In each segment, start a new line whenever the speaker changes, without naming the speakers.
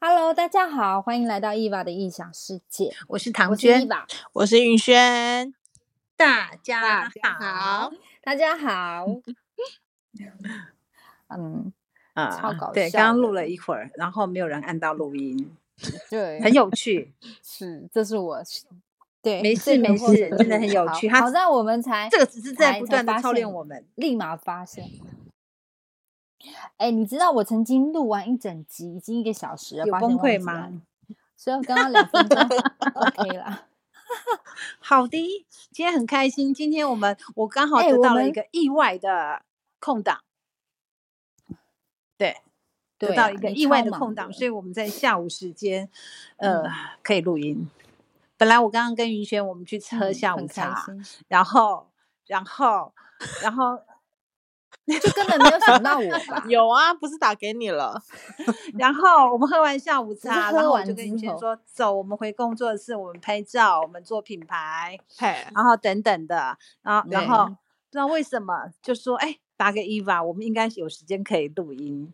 Hello，大家好，欢迎来到伊娃的异想世界。
我是
我
唐
是伊
娟，
娃，
我是云轩，
大家
大家
好
好。？
大家好。 嗯，
啊
超搞
对，
笑
刚刚
的
录了一会儿，然后没有人按到录音，
对，
很有趣。
是，这是我对，
没
这
事
没
没
过
事
程
真的很有
好
趣它
好在我们才
这个只是在
才
不
才
断的
发
操练
现
我们。
立马发现。哎，你知道我曾经录完一整集，已经一个小时了，
有
发现
崩
忘
溃
记
吗
按？所以我刚刚两分钟 OK 啦。
好的，今天很开心。今天我们我刚好
哎
得
我
到了
们
一个意外的空档，对，
对
得到
啊
一个
你
意外
超
的
忙
空
的嗯
档，所以我们在下午时间，呃，可以录音。本来我刚刚跟云轩我们去喝
嗯
下午
很开
茶，
心，
然后，然后，然后，
就根本没有想到我吧
有啊，不是打给你了，
然后我们喝完下午
是
茶，
喝
然后我
完
就跟
之
云轩
后
说：“走，我们回工作室，我们拍照，我们做品牌，
嘿，
嗯
然后等等的。”然后，然
对
后不知道为什么就说：“哎，打给伊娃，我们应该有时间可以录音。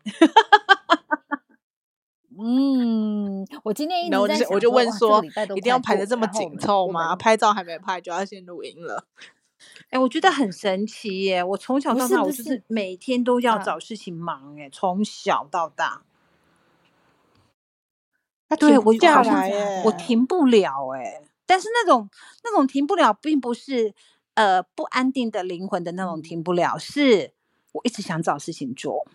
嗯，我今天一直
然后我
在
就
想
我就问
哇这个
说
礼拜都
一定要
快
排
过
的这么
然后我
紧
们
凑
我
吗？
们
拍照还没拍就要先录音了，”
哎，我觉得很神奇耶！我从小
不
到
是
大，
不
我就是是每天都要
嗯
找事情忙，哎，从小到大，
他
对
停不
我
下
好像
来耶，
我停不了，哎，但是那种那种停不了，并不是呃不安定的灵魂的那种停不了，是我一直想找事情做。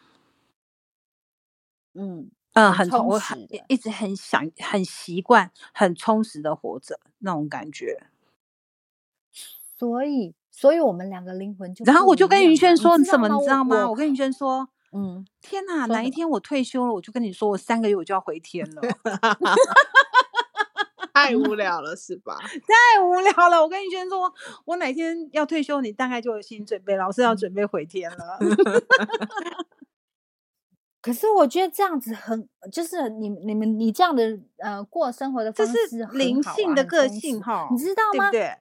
嗯，
嗯，
很
很
充
充，我
实
很
的
一直很想、很习惯、很充实的活着那种感觉。
所以所以我们两个灵魂就
然后
不
我就
一
跟
样
云
啊
轩说
你
什么，你知道吗？我
我
跟云轩说，
嗯，
天哪，
说
哪
什
一
么
天我退休了，我就跟你说，我三个月我就要回天 了，
太无聊了是吧？
太无聊了。我跟云轩说，我哪天要退休，你大概就有心理准备了，老师要
嗯
准备回天 了。
可是我觉得这样子很，就是你你们你这样的呃过生活的
这
方式
是
很
灵
好
性
啊
的
很
个
充
性
实
哈，
你知道
对
吗？
不对？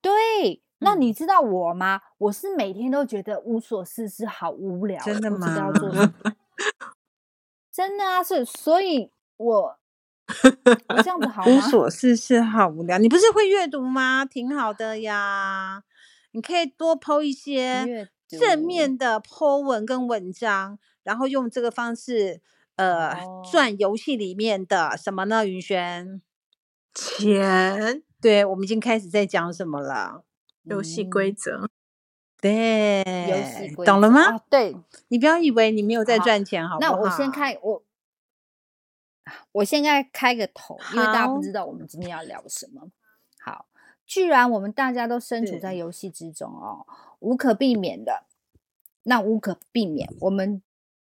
对那
嗯
你知道我吗？我是每天都觉得无所事事，好无聊，
真的
不知道要
吗
做什么。 真的啊，是所以我 我这样子好
无
吗？
所事事好无聊。你不是会阅读吗？挺好的呀，你可以多剖一些
阅
正
读
面的剖文跟文章，然后用这个方式，呃，
哦
赚游戏里面的什么呢？云轩，
钱
对我们已经开始在讲什么了。
游戏规
嗯
则，
对，
游戏规
懂了
则
吗？
啊对，
你不要以为你没有在
好
赚钱，好不
那
好？
我先，开我，我现在开个头，因为大家不
好
知道我们今天要聊什么。好，既然我们大家都身处
是
在游戏之中哦，无可避免的，那无可避免，我们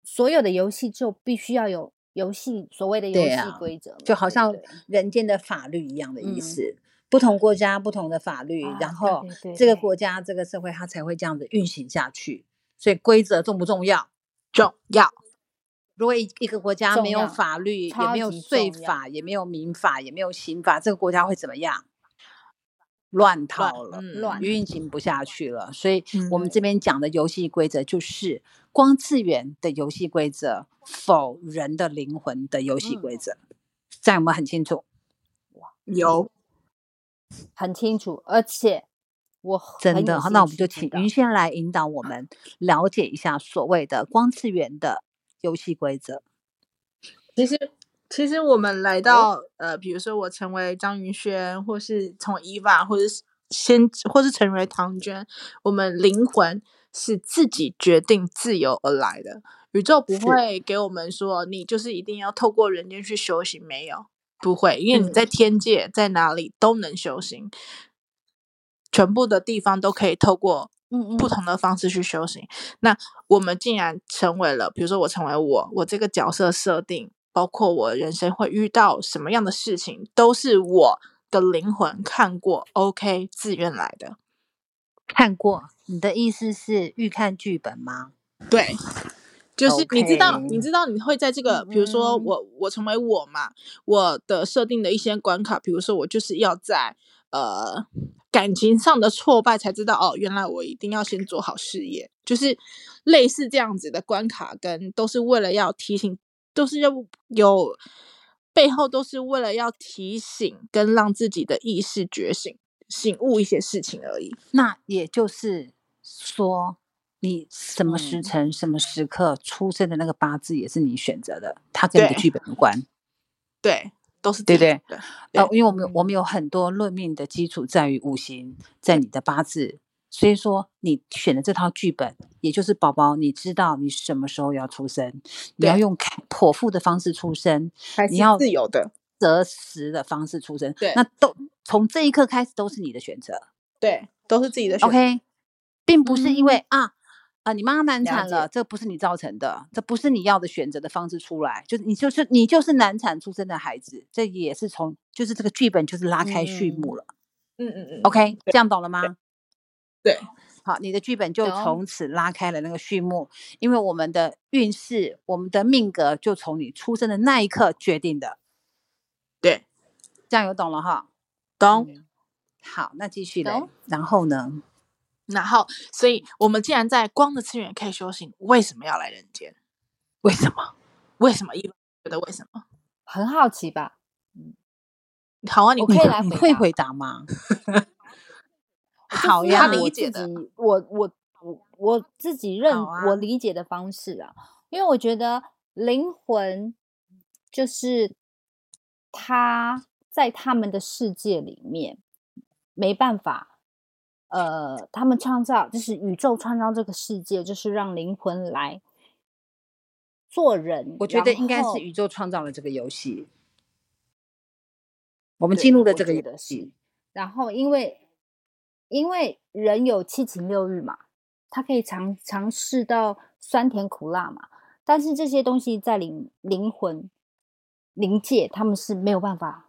所有的游戏就必须要有游戏所谓的游
对
戏
啊
规则嘛，
就好
对不
像
对
人间的法律一样的
嗯
意思。不同国家不同的法律，
啊
然
对
后
对对
这个
对
国家这个社会它才会这样子运行下去。所以规则重不重要？
重要，
如果一一个国家没
重要
有法律，也
超
没有
级
税
重要
法，也没有民法，也没有刑法，这个国家会怎么样？乱套了，
嗯
乱
运行不下去了。所以
嗯
我们这边讲的游戏规则就是光次元的游戏规则，否人的灵魂的游戏
嗯
规则，这样我们很清楚。
有
很清楚，而且我
真
很
的
有
好，那
兴
我们
趣
就
知
请
道
云轩来引导我们了解一下所谓的光次元的游戏规则。
其实，其实我们来到、呃，比如说我成为张云轩，或是从伊娃，或是先，或是成为唐娟，我们灵魂是自己决定自由而来的。宇宙不
是
会给我们说你就是一定要透过人间去修行，没有，不会，因为你在天界在哪里都能修行，全部的地方都可以透过
嗯嗯
不同的方式去修行。那我们竟然成为了，比如说我成为我，我这个角色设定，包括我人生会遇到什么样的事情，都是我的灵魂看过，OK，自愿来的。
看过，你的意思是预看剧本吗？
对，就是你知道你
OK
知道你会在这个，比如说
嗯
我，我成为我嘛，我的设定的一些关卡，比如说我就是要在呃感情上的挫败，才知道哦，原来我一定要先做好事业，就是类似这样子的关卡，跟都是为了要提醒都是要有背后都是为了要提醒跟让自己的意识觉醒、醒悟一些事情而已。
那也就是说，你什么时
嗯
辰、什么时刻出生的那个八字也是你选择的，它跟你的
对
剧本有关。
对，都是
对
自己
对
的
呃，因为我们有
嗯
我们有很多论命的基础在于五行，在你的八字，所以说你选的这套剧本，也就是宝宝，你知道你什么时候要出生，你要
对
用开剖腹的方式出生，
还
你
是
要
自由的。
择时的方式出生，
对
那都从这一刻开始都是你的选择
对，都是自己的选择。
，OK，并不是因为、啊。啊、你妈妈难
了
产
解
了，这不是你造成的，这不是你要的选择的方式出来，就是你就是你就是难产出生的孩子，这也是从就是这个剧本就是拉开序幕了。
嗯嗯嗯
OK，这样懂了吗？
对，
好，你的剧本就
懂
从此拉开了那个序幕，因为我们的运势、我们的命格就从你出生的那一刻决定的，
对，
这样有懂了哈？
懂。
嗯
好，那继续嘞
懂。
然后呢？
然后，所以我们既然在光的次元可以修行，为什么要来人间？
为什么？
为什么？一觉得为什么？
很好奇吧？
好啊，你
我可以
回
来
你
回
会
答
回答吗？
就是
好呀
按
他理
我
解
自
的
己，我我我我自己认、
好啊
我理解的方式啊，因为我觉得灵魂就是他在他们的世界里面没办法，呃，他们创造就是宇宙创造这个世界，就是让灵魂来做人。
我觉得
然
应该
后
是宇宙创造了这个游戏，我们
对
进入了
我
这个
觉
游
得
戏。
然后因为因为人有七情六欲嘛，他可以尝尝试到酸甜苦辣嘛，但是这些东西在灵灵魂灵界，他们是没有办法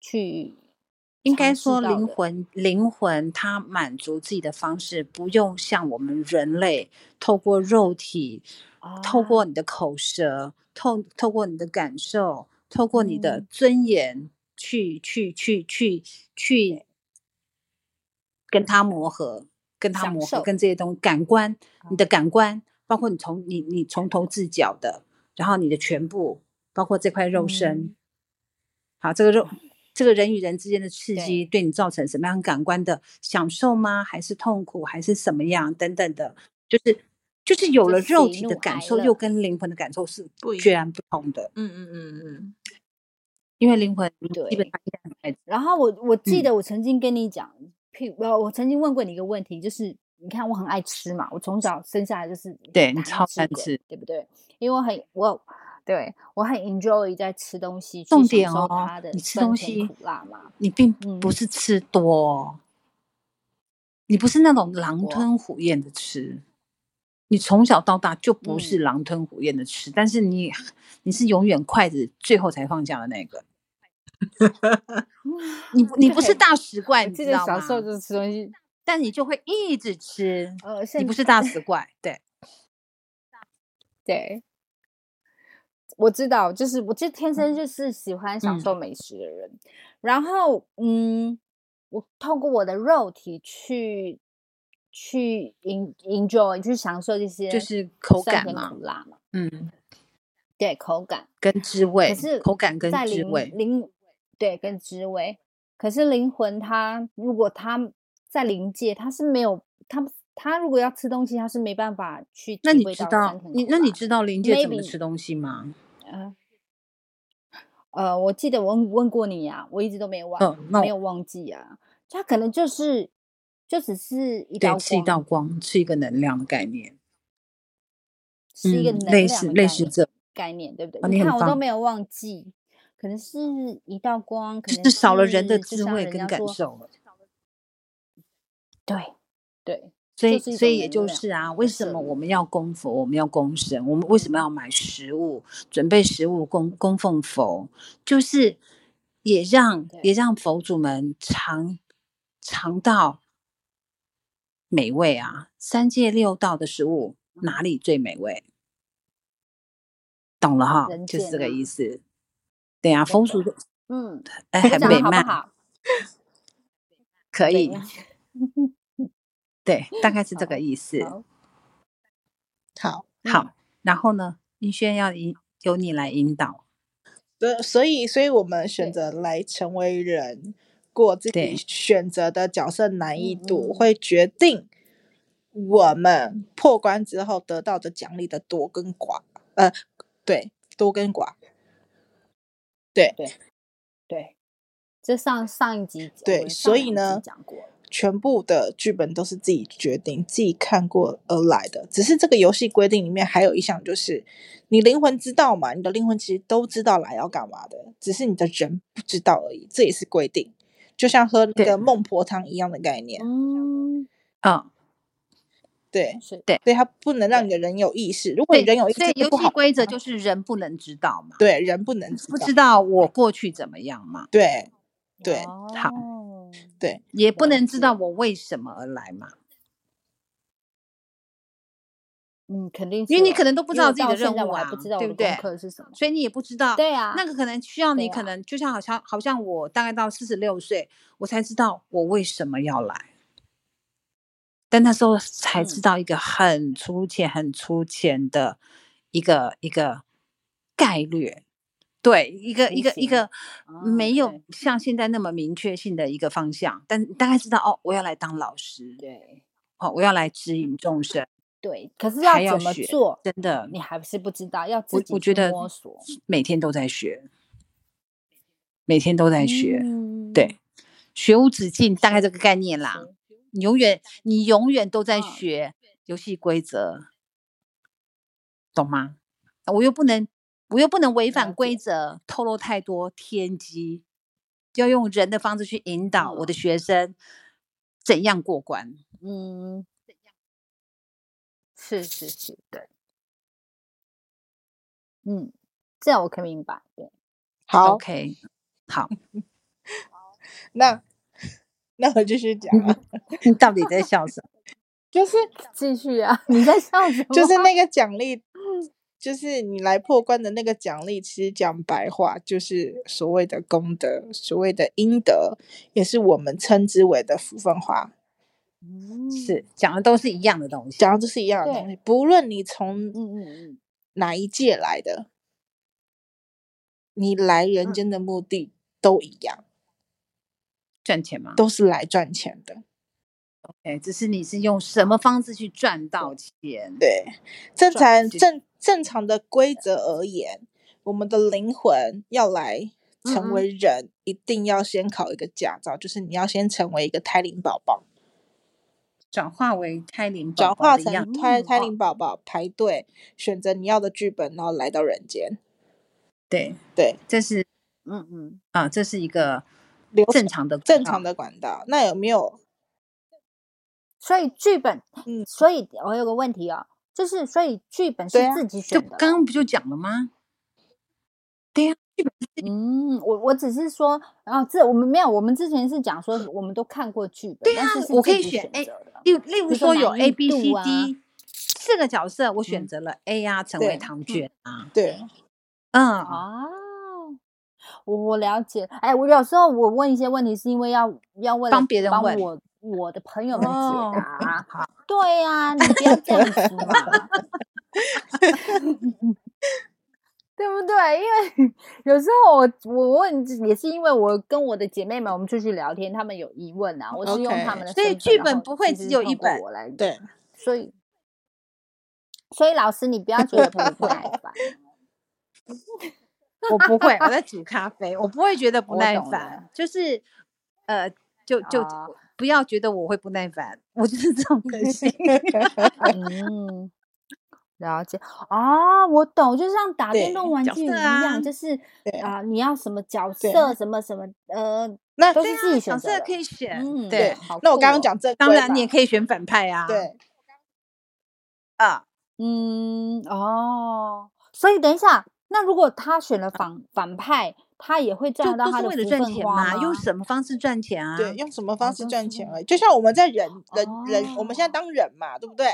去
应该
尝试
说，
到
灵
的
魂灵魂它满足自己的方式，不用像我们人类透过肉体、透过
啊
你的口舌，透透过你的感受，透过你的
嗯
尊严去去去去去跟它磨合，跟它
享
磨合，
受嗯
跟这些东西感官，你的感官，包括你从你你从头至脚的，然后你的全部，包括这块肉身。
嗯
好，这个肉，这个人与人之间的刺
对
激对你造成什么样感官的享受吗？还是痛苦？还是什么样等等的？就是就是有
就
了
喜
肉体的
怒
感
哀
受，
乐
又跟灵魂的感受是
不一
截
样
然不同的，
嗯嗯嗯嗯，
因为灵魂基本
对
上一旦在
然后我我记
嗯
得我曾经跟你讲，譬如我我曾经问过你一个问题，就是你看我很爱吃嘛，我从小生下来就是
对你
贪
超贪
鬼
吃，
对不对？因为我很我对我很 enjoy 在吃东西，去
重
享
点
受
哦
它的，
你吃
酸
东
甜
西
苦辣嘛，
你并不
嗯
是吃多哦、你不是那种狼
我
吞虎咽的吃，你从小到大就不是
嗯
狼吞虎咽的吃，但是你你是永远筷子最后才放下的那个。你不你不是
对
大食怪，
我
哎你
记
知
得
道
小
吗？
时候就是吃东西，
但你就会一直吃，
呃，
你
现
不是大食怪，对，
对，我知道，就是我就天生
嗯
就是喜欢享
嗯
受美食的人。然后，嗯，我透过我的肉体去去 en enjoy 去享受这些
就是口
酸
感
甜
嘛
苦，辣嘛，
嗯，
对口感。
跟滋味，
可是
口感跟
在
滋
灵
味，
灵对跟滋味，可是灵魂它如果它在灵界，它是没有它它如果要吃东西，它是没办法去
那
体
你
会
知
到酸
道
甜
你
苦
那你
辣
知道临界怎么
Maybe
吃东西吗？
呃，呃，我记得我问问过你啊，我一直都没有忘，
哦，那
没有
我
忘记啊。他可能就是就只是一道光，
对吃一道光是一个能量的概念，
是一个
嗯
能
类
量
似
的
类
概
似
念
这，
概念，对不对？
啊
你
你很
看我都
棒
没有忘记，可能是一道光，可
就
能
是少了人的
是就
滋
像
味
人
跟
家
感
说，
受了。
对对，
所
就
以，
是一
所
种
以也
能
就
量
是啊，
的
为什
摄
么
入
我们要供佛，我们要供神，我们为什么要买食物，准备食物供供奉佛，就是也让
对
也让佛祖们尝尝到美味啊！三界六道的食物哪
嗯
里最美味？懂了哈，
人
就是
间
这个
啊，
意思。对啊，
真
佛
的
祖就
嗯，
哎
我
很
讲的
美
好不
漫，
好？
可
对
以，对，大概是这个
好
意思。
好，
好，
嗯
好，然后呢？云轩要引由你来引导，
对，所以，所以我们选择来成为人，过自己
对
选择的角色难易
嗯
度，
嗯
会决定我们破关之后得到的奖励的多跟寡。呃，对，多跟寡。对
对，这上上一集我
对，
们
所
上
以
两
呢
集讲过，，
全部的剧本都是自己决定、自己看过而来的。只是这个游戏规定里面还有一项，就是你灵魂知道嘛，你的灵魂其实都知道来要干嘛的，只是你的人不知道而已，这也是规定。就像喝那
对
个孟婆汤一样的概念，
嗯，
嗯，
对，
是
所以它不能让你的人有意识。如果你人有意识，
所以
这
游
个不
戏
好。
规则就是人不能知道嘛，
对，人不能知
不
道
知。道我过去怎么样嘛，
对，对，
好
哦
对，
也不
了
能知
解
道我为什么而来嘛，
嗯，肯定是啊，
因为你可能都不
因
知
为
道
我
自己
到
的任
现在
务
我还
啊
不知道我
对
的
不
功
对
课是什么。
所以你也不知道。
对啊，
那个可能需要你，
对啊
可能就像好像好像我大概到四十六岁，我才知道我为什么要来，但那时候才
嗯
知道一个很粗浅、很粗浅的一个一个概率，对，一个一
雏
个一
形
个
哦
没有
对
像现在那么明确性的一个方向，但你大概知道哦，我要来当老师，
对
哦，我要来指引 众生，
对，可是
还
怎
要
么
学
做，
真的
你还是不知道，要自
我
己
我觉
去
得
摸索。
每天都在学，每天都在学，
嗯
对，学无止境，大概这个概念啦。
是
你永远，你永远都在
嗯
学游戏规则，懂吗？我又不能，我又不能违
了
反规则，透露太多天机，要用人的方式去引导我的
嗯
学生怎样过关。
嗯，是是是，对，嗯，这样我可以明白，对，
好
OK，好，
那 那我继续讲啊。
你到底在笑什么？
就是
继续啊，你在笑什么？
就是那个奖励，就是你来破关的那个奖励，其实讲白话就是所谓的功德，所谓的阴德，也是我们称之为的福分花。
嗯
是讲的都是一样的东西。
讲的都是一样的东
对
西，不论你
嗯
从
嗯嗯，
哪一届来的，你来
嗯
人间的目的都一样，
赚钱吗？
都是来赚钱的。
对，只是你是用什么方式去赚到钱？
对，正
转
常
就
正正常的规则而言，我们的灵魂要来成
嗯嗯
为人，一定要先考一个驾照，就是你要先成为一个胎灵宝宝，
转化为胎灵宝
转
宝
化
的样
成胎
嗯
胎
哦
灵宝宝，排队选择你要的剧本，然后来到人间。
对，
对，
这是
嗯嗯，
啊，这是一个
流
正常的啊
正常
的
的管道。那有没有？
所以剧本，
嗯
所以我有个问题啊，就是所以剧本是
对啊
自己
就
选的
刚
咯，
刚不就讲了吗？对呀、剧本
嗯，我我只是说，啊，这我们没有，我们之前是讲说我们都看过剧本，
对
但
啊
是是
我
自
可以
己
选
选
A
择的，
例如例如
比如说
说有
满意
A B
度
C
啊
D 四个角色，我选
嗯
择了 A 啊，成
对
为唐娟啊，
对，
嗯，
啊，我我了解。哎，我有时候我问一些问题，是因为要要为了
帮别人
帮
问
我我的朋友们
哦
解答。对呀、你不要这样子 嘛，对不对？因为有时候我我问也是因为我跟我的姐妹们我们出去聊天，她们有疑问啊，我是用她
OK，
们的
所以
身份
剧
然
本
后
不会
其实
只
是
有
透
一
过
本
我来，
对，
所以所以老师你不要觉得不会烦，
我不会，我在煮咖啡， 我不会觉得不
我
耐
懂
烦
了，
就是呃，就就、
啊
不要觉得我会不耐烦，我就是这种个性。
嗯。了解啊，我懂，就是像打电
对
动玩
角
具一
色
样，
啊
就是
对
啊、你要什么角
对
色，什么什么，呃，
那
都
对
是
啊
自己选
角
择
色
的
可以选，
嗯，
对
对
好、哦
那我刚刚，讲正
哦当
规
然
嘛
你也可以选反派啊，
对
啊，
嗯，哦，所以等一下，那如果他选
啊
了反反派，他也会占
就
得到
都
他
是
的
为了
福
赚
分
钱
花
嘛，
吗？
用什么方式赚钱啊？
对，用什么
哦
方式
都
赚
是
钱
为
而已。就像我们在人人人，我们现在
哦
当人嘛，对不对？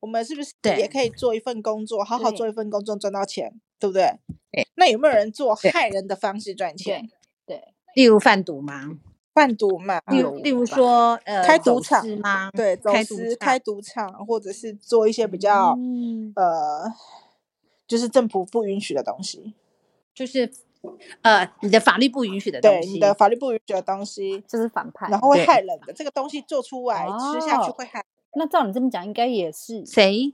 我们是不是也
对
可以做一份工作，好好
对
做一份工作赚到钱，对不对
对？
那有没有人做
对
害人的方式赚钱
对？对，
例如贩毒嘛，
贩毒嘛，
例
有
如例如
吧
说呃
嗯开
走
赌场
私吗？
对，走
嗯开赌
私、
场
开赌场，或者是做一些比较
嗯
呃就是政府不允许的东西，
就是呃，你的法律不允许的
对
东
你
西。
的法律不允许的东西，
就是反叛。
然后会
对
害人的这个东西做出来吃下去
哦
会害。
那照你这么讲，应该也是
谁？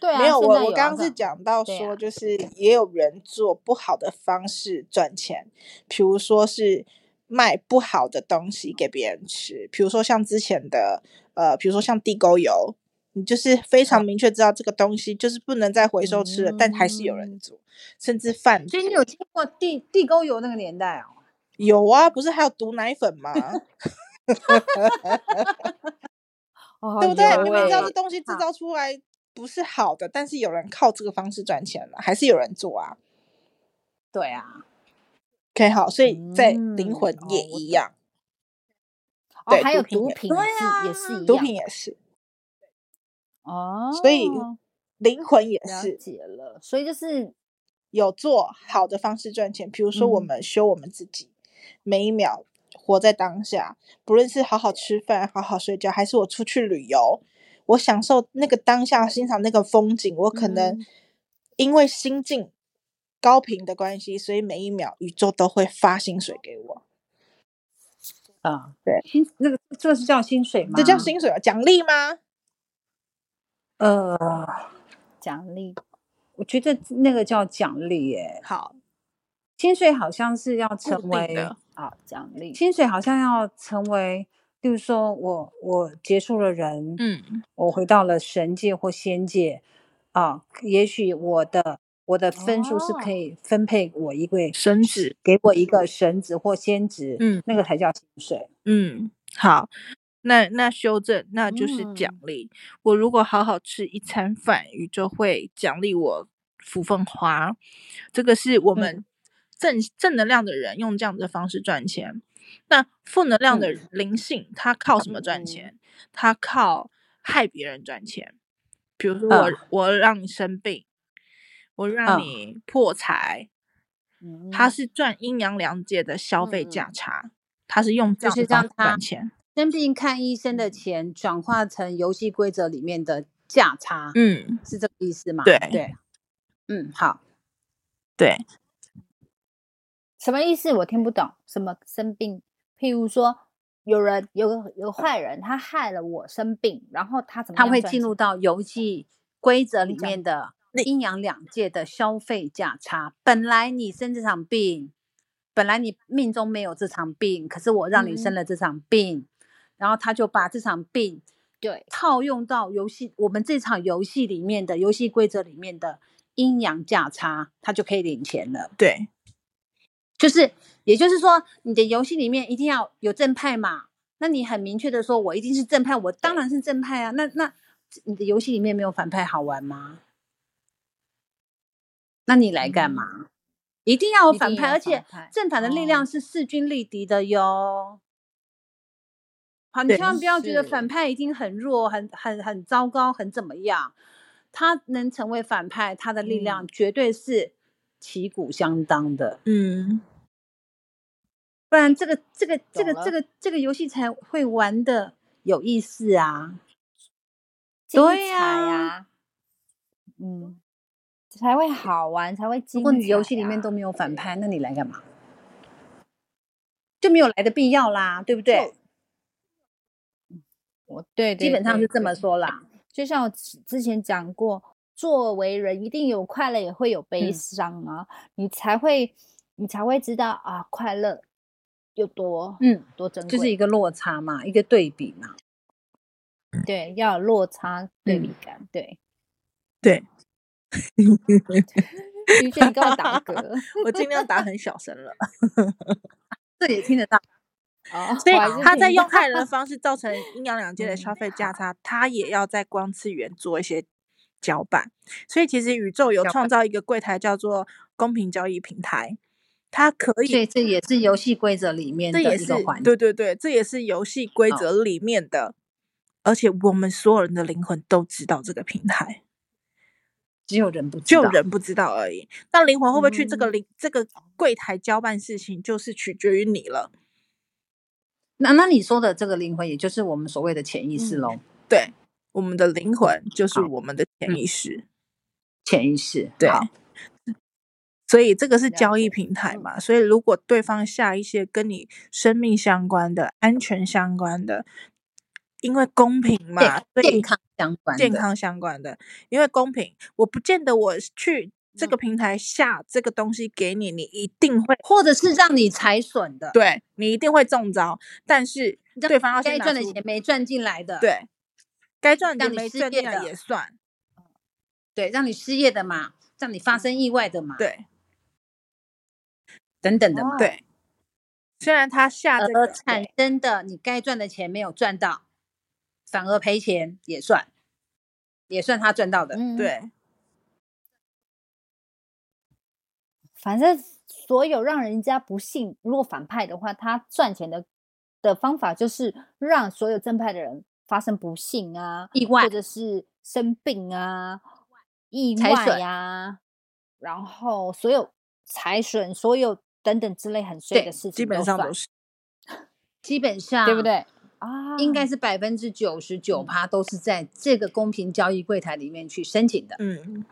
对啊。
没有，
现
我
在
我
啊
刚刚
这
是
样
讲到
对
说，
啊
就是也有人做不好的方式赚钱，比如说是卖不好的东西给别人吃，比如说像之前的呃，比如说像地沟油，你就是非常
嗯
明确知道这个东西就是不能再回收吃了，但还是有人
嗯
做，甚至贩
所以你
毒
有听过地地沟油那个年代哦？
有啊，不是还有毒奶粉 吗？
哦，
对不对？
有
明明知道
欸
这东西制造出来不是好的，但是有人靠这个方式赚钱了，还是有人做啊。
对啊，
OK，好，所以在灵
嗯
魂
哦
也
我
一
懂
样。
哦
对，
还有毒
毒
品
品也
对
是也是
啊
一
毒
样
品也是，
哦，
所以灵魂也
了
是
解了，所以就是
有做好的方式赚钱，比如说我
嗯
们修我们自己，每一秒活在当下，不论是好好吃饭、好好睡觉，还是我出去旅游，我享受那个当下，欣赏那个风景，我可能
嗯
因为心境高频的关系，所以每一秒宇宙都会发薪水给我，
啊，
对，
薪那个这是叫薪水吗？
这叫薪水啊奖励吗？
呃，
奖励
我觉得那个叫奖励耶。
好，
薪水好像是要成
定
为
的
啊，奖励
薪水好像要成为，例如说我我结束了人，
嗯，
我回到了神界或仙界，啊，也许我的我的分数是可
哦
以分配我一位
升职，
给我一个神职或仙职，
嗯，
那个才叫薪水。
嗯，好，那那修正，那就是奖
嗯
励。我如果好好吃一餐饭，宇宙会奖励我福分花。这个是我
嗯
们正正能量的人用这样的方式赚钱。那负能量的灵性，他靠什么赚
嗯
钱？他靠害别人赚钱。比如说我，
嗯
我让你生病，我
嗯
让你破财，
嗯
他是赚阴阳两界的消费
嗯嗯
价差，他是用这
就
样
是让
的方式
他
赚钱。
生病看医生的钱转化成游戏规则里面的价差，
嗯，
是这个意思吗？
对
对，嗯，好，
对，
什么意思？我听不懂。什么生病？譬如说，有人有个有个坏人，他害了我生病，然后他怎么
他
样
会
赚
进
钱
入到游戏规则里
讲
面的
那
阴阳两界的消费价差。本来你生这场病，本来你命中没有这场病，可是我让你生
嗯
了这场病，然后他就把这场病
对
套用到游戏我们这场游戏里面的游戏规则里面的阴阳价差，他就可以领钱了。
对，
就是也就是说，你的游戏里面一定要有正派嘛。那你很明确的说，我一定是正派，我当然是正派啊。那那你的游戏里面没有反派好玩吗？那你来干嘛？一定要有
嗯一
反
定
派，
要
而且
反派
正反的力
哦
量是势均力敌的哟。好，你
对
千万不要觉得
是
反派一定很弱、很很很糟糕、很怎么样。他能成为反派，他的力量
嗯
绝对是旗鼓相当的。
嗯，
不然这个这个这
懂
个
了
这个这个游戏才会玩的有意思啊！
精
对
彩
呀
啊，嗯，才会好玩，才会精
如
彩、啊。
果你游戏里面都没有反派，那你来干嘛？就没有来的必要啦，对不对？
我对对
基本上
对
是这么
对
说啦。
就像我之之前讲过，作为人一定有快乐，也会有悲
嗯
伤啊，你才会你才会知道啊，快乐有多
嗯，
多珍贵，
就是一个落差嘛，一个对比嘛。
对要有落差对
嗯
比感，对。
对，
于娟，你给我打 嗝
我尽量打很小声了。
这也听得到，
哦，
所以
我还是
他在
听
用
到
害人的 方式造成阴阳两界的消
嗯
费价差，他也要在光次元做一些搅拌。所以其实宇宙有
搅
创造一个柜台叫做公平交易平台，它可
所
以，
以这也是游戏规则里面
这也
的一
是
个环节。
对对对，这也是游戏规
哦
则里面的，而且我们所有人的灵魂都知道这个平台。
只有人不知
就
道，
人不知道而已。那灵魂会不会去这个
嗯
灵、这个柜台交办事情，就是取决于你了。
那那你说的这个灵魂，也就是我们所谓的潜意识
嗯
喽。
对，我们的灵魂就是
好嗯
我们的潜意识。
潜意识。
对
好
所以这个是
了
交易
解
平台
嗯
嘛，所以如果对方下一些跟你生命相关的、安全相关的，因为公平嘛，所以
健康相关的
健康相关的，因为公平，我不见得我去这
嗯
个平台下这个东西给你，你一定会
或者是让你财损的，
对你一定会中招，但是
让
对方要
该
先拿
赚的
出
钱没赚进来的，
对，该赚的
让
钱
你
没
失
赚
业
进来
的
也算，
对，让你失业的嘛，让你发生意外的嘛，
对
等等的嘛，
哦
对。虽然他下这
而
个
产生的你该赚的钱没有赚到，反而赔钱也算，也算他赚到的。
嗯，
对，
反正所有让人家不信，如果反派的话，他赚钱的的方法就是让所有正派的人发生不幸啊，
意外
或者是生病啊、意
财
外
损
呀、然后所有财损、所有等等之类很衰
对
的事情，
基本上都
是，
是嗯
基本上
对不？嗯对？啊，
应该是百分之九十九趴都是在这个公平交易柜台里面去申请的。
嗯，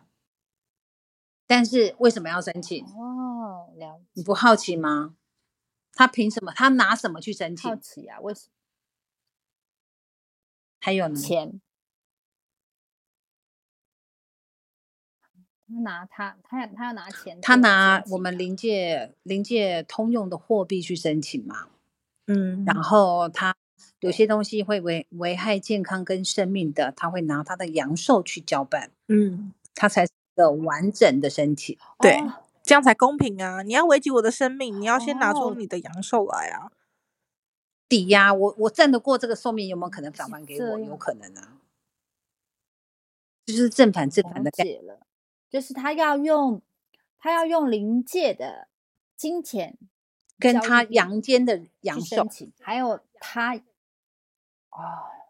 但是为什么要申请？
哦，了
你不好奇吗？他凭什么？他拿什么去申
好
请？
奇啊，为什么
还有呢？
钱？他拿他，他要他要拿钱做申请啊，
他拿我们临界临界通用的货币去申请嘛？
嗯，
然后他有些东西会危危害健康跟生命的，他会拿他的阳寿去交办，
嗯，
他才是一个
嗯
完整的申请。
对
哦
这样才公平啊！你要危及我的生命，你要先拿出
哦
你的阳寿来啊！
抵押我我挣得过这个寿命，有没有可能返还给
这
我？
样
有可能啊，就是正反正反
了
的概念。
解了，就是他要用他要用临界的金钱
跟
交
他
易
阳间的阳
去
寿
申，请，还有他哦，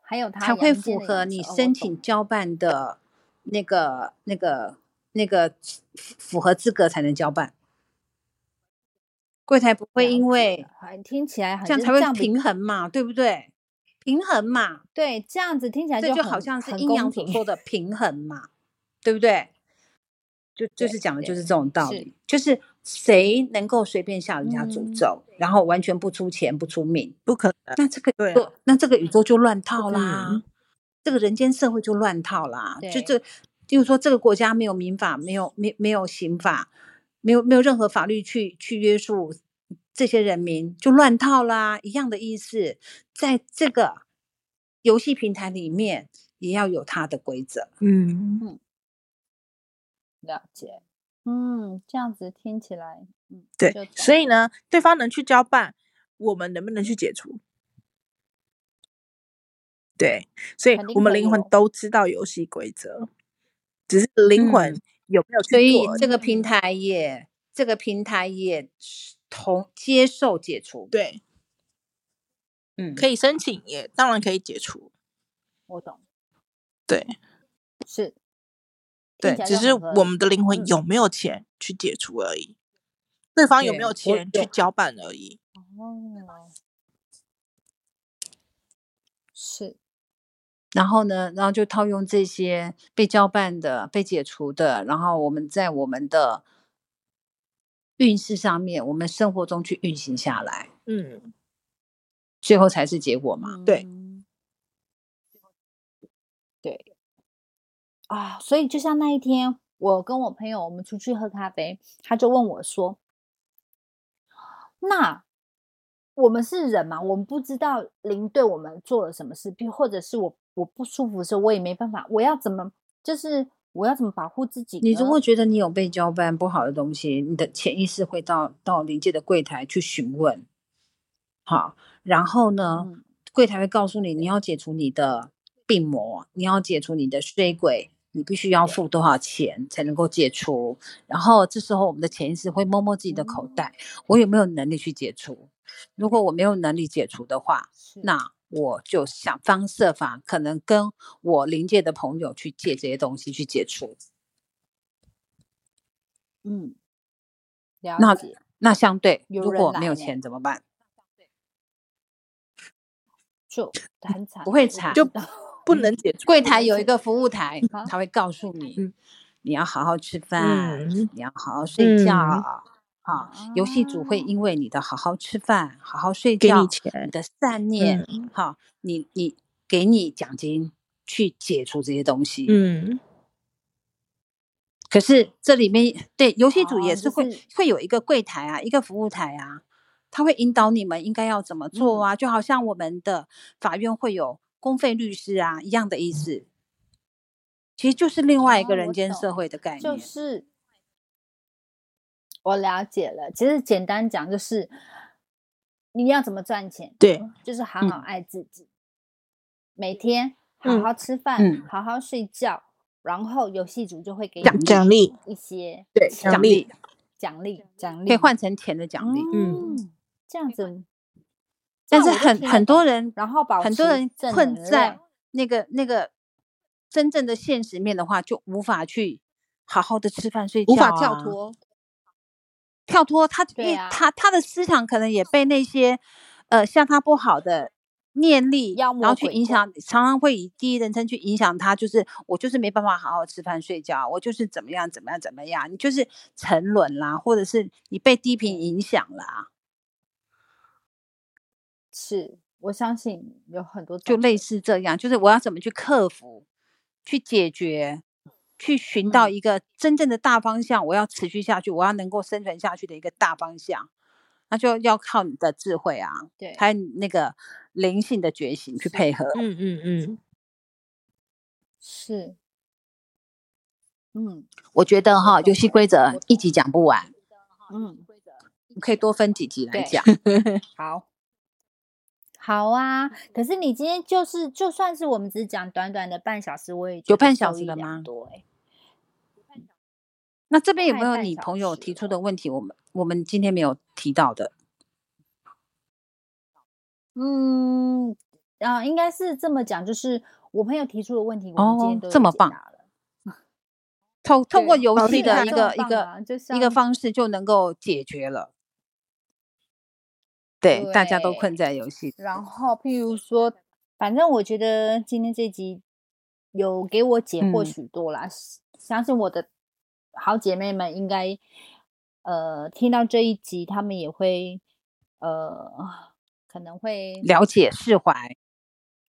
还有他
才会
阳间
符
的
合
阳
你
寿哦
申
我
请
懂
交办的那个、那个、那个符符合资格才能交办。柜台不会
了
因
解
为
了还听起来好
这样
像
才
啊这
会
样比
平衡嘛，对不对？平衡嘛，
对，这样子听起来
这就
很
好像是
很
阴
公
阳所
平
说的平衡嘛，对不对？就就
对
是讲的就
对
是这种道
是
理，就是谁能够随便下人家
嗯
诅咒，然后完全不出钱不出命，
不可能，
那这个
对啊
就那这个宇宙就乱套啦，
嗯
这个人间社会就乱套啦。就
对
这，就是说这个国家没有民法，没有没没有刑法，没有没有任何法律去去约束这些人民，就乱套啦，一样的意思。在这个游戏平台里面，也要有它的规则。
嗯，
了解，嗯，这样子听起来，嗯，
对
就懂
所以呢，对方能去交办，我们能不能去解除？对，所以
肯定
我们
可以
灵魂
哦
都知道游戏规则，只是灵魂
嗯
有没有
所
去
以
做而已？嗯
这个平台也，这个平台也同接受解除。，
对，
嗯，
可以申请也当然可以解除，
我懂，
对
是，听
对
起，来
只
就是很合
我
理
们的灵魂
嗯
有没有钱去解除而已，对方有没
对
有
我
钱
有
去交办而已。
哦，是
然后呢，然后就套用这些被交办的、被解除的，然后我们在我们的运势上面，我们生活中去运行下来，
嗯，
最后才是结果嘛。
对
嗯对啊，所以就像那一天，我跟我朋友我们出去喝咖啡，他就问我说：“那我们是人嘛，我们不知道灵对我们做了什么事，并或者是我我不舒服的时候，我也没办法，我要怎么就是我要怎么保护自己呢？
你如果觉得你有被交办不好的东西，你的潜意识会到到临界的柜台去询问，好，然后呢，
嗯
柜台会告诉你你要解除你的病魔，你要解除你的衰鬼，你必须要付多少钱才能够解除。然后这时候我们的潜意识会摸摸自己的口袋，我有没有能力去解除？如果我没有能力解除的话，
是
那我就想方设法，可能跟我临界的朋友去借这些东西去解除。
嗯，了
那
解
那相对，
有
如
人
果
来
没有
呢
钱怎么办？
就很惨，
不会
我
惨
知
就
道
不能解除。
柜台有一个服务台
好，
嗯他会告诉你
嗯，
你要好好吃饭，
嗯
你要好好睡觉。
嗯
啊，游戏组会因为你的好好吃饭、好好睡
给
觉、
你钱
的善念，好、你你给你奖金去解除这些东西。
嗯
可是这里面对游戏组也
哦
是
就
会、
是
会有一个柜台啊，一个服务台啊，他会引导你们应该要怎么做
嗯
啊，就好像我们的法院会有公费律师啊一样的意思。其实就是另外一个
哦
人
我
间
懂
社会的概念，
就是我了解了。其实简单讲就是，你要怎么赚钱，
对，
就是好好爱自己，每天好
嗯
好吃饭，
嗯嗯
好好睡觉，然后游戏组就会给
奖
你
奖励
一些
对
钱
奖
奖
励
励
奖励奖励，
可以换成钱的奖励，
嗯
嗯，这样子。这
但
样
是
我就
很
听得
很多
懂
人，
然后保
很多
持
人
正
困
能
在
量
那个那个真正的现实面的话，就无法去好好的吃饭睡觉、啊
无法跳，脱，
跳脱他，因
对
为
啊
他他的思想可能也被那些呃像他不好的念力，
妖
然后
魔
去
鬼
影
怪
响，常常会以第一人称去影响他，就是我就是没办法好好吃饭睡觉，我就是怎么样怎么样怎么样，你就是沉沦啦，或者是你被低频影响啦，
是，我相信有很多
就
种
类
人
似这样，就是我要怎么去克服、去解决、去寻到
嗯
一个真正的大方向，我要持续下去，我要能够生存下去的一个大方向，那就要靠你的智慧啊，
对
还有你那个灵性的觉醒去
是啊
配合。
嗯嗯嗯，
是，嗯
我觉得哈，
懂
游戏
了
规则
我
一集讲不完，
嗯，
你可以多分几集来
对
讲。
好，好啊。可是你今天就是，就算是我们只讲短短的半小时，我也觉
有
得
半小
受
时
益
了
良
吗
多欸
那这边有
快
没有
半
你
小
朋友
时
提出
了
的问题？我们我们今天没有提到的，
嗯，啊，应该是这么讲，就是我朋友提出的问题，我们今
哦
天都
这
有
么
解
棒
答了。
透透过
对
游
好
戏
厉
的
害
一
这
个
么
一
棒
个
啊就
一个
像
方式就能够解决了。对，大家都困
对
在游戏。
然后，譬如说，反正我觉得今天这集有给我解惑
嗯
许多啦。相信我的好姐妹们应该，呃，听到这一集，她们也会，呃，可能会
了解释怀，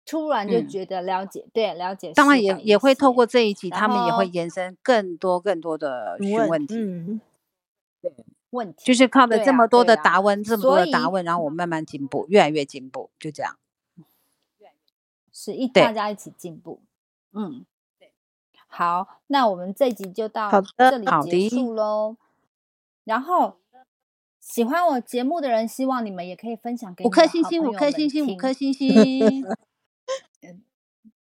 突然就
嗯
觉得了解，对，了解释
当
小一
然
些。
也也会透过这一集，
然
他们也会
后
延伸更多更多的询问题，
嗯，
问题，
就是靠着
对
这
啊
么多
对
的
啊
答问，这么多
所
的
以嗯
答问，然后我慢慢进步，越来越进步，就这样。
是一
对
大家一起进步。嗯，好，那我们这集就到
好的
这里
好
结
的
束喽。然后，喜欢我节目的人，希望你们也可以分享给
五
你
颗
的
星
好
星，
朋
五
友
颗
们
星星，五
听
颗 星星。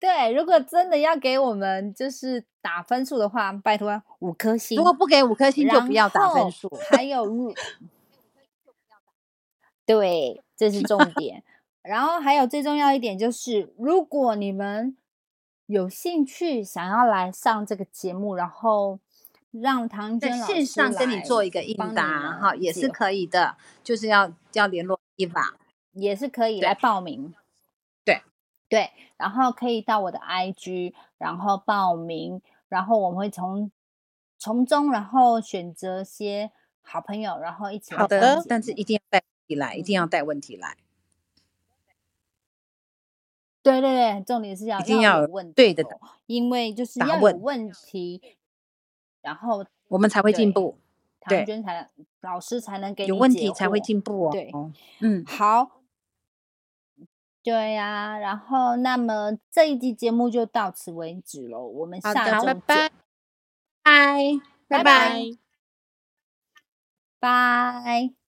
对，如果真的要给我们就是打分数的话，拜托五颗星。
如果不给五颗星，就不要打分数。
还有 如，对，这是重点。然后还有最重要一点就是，如果你们有兴趣想要来上这个节目，然后让唐
在
娟老
线
师
上跟你
来
做一个应
帮你
答，
们
哈，也
解
是可以的，就是要要联络伊娃。
也是可以
对
来报名。
对
对，然后可以到我的 IG，然后报名，然后我们会从从中然后选择些好嗯朋友，然后一起来
好
上
的
节
但是
目
一定要带问题来，一定要带问题来，
对对对，重点是要
一定
要
要
有
有
问题
对的
哦，因为就是
答
要有
问
问题，然后
我们才会进
对
步。对
唐娟才能老师才能给
有
你
问
解
题才会
惑
进步哦。
对，
嗯，
好，对呀、然后那么这一集节目就到此为止喽，我们
好
下
的，
周
拜
见，
拜，
拜
拜拜
拜
拜。
拜。